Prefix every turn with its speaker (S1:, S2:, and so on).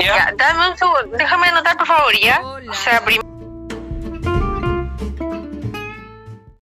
S1: Ya, dame un segundo, déjame anotar por favor, ¿ya? O sea, primero.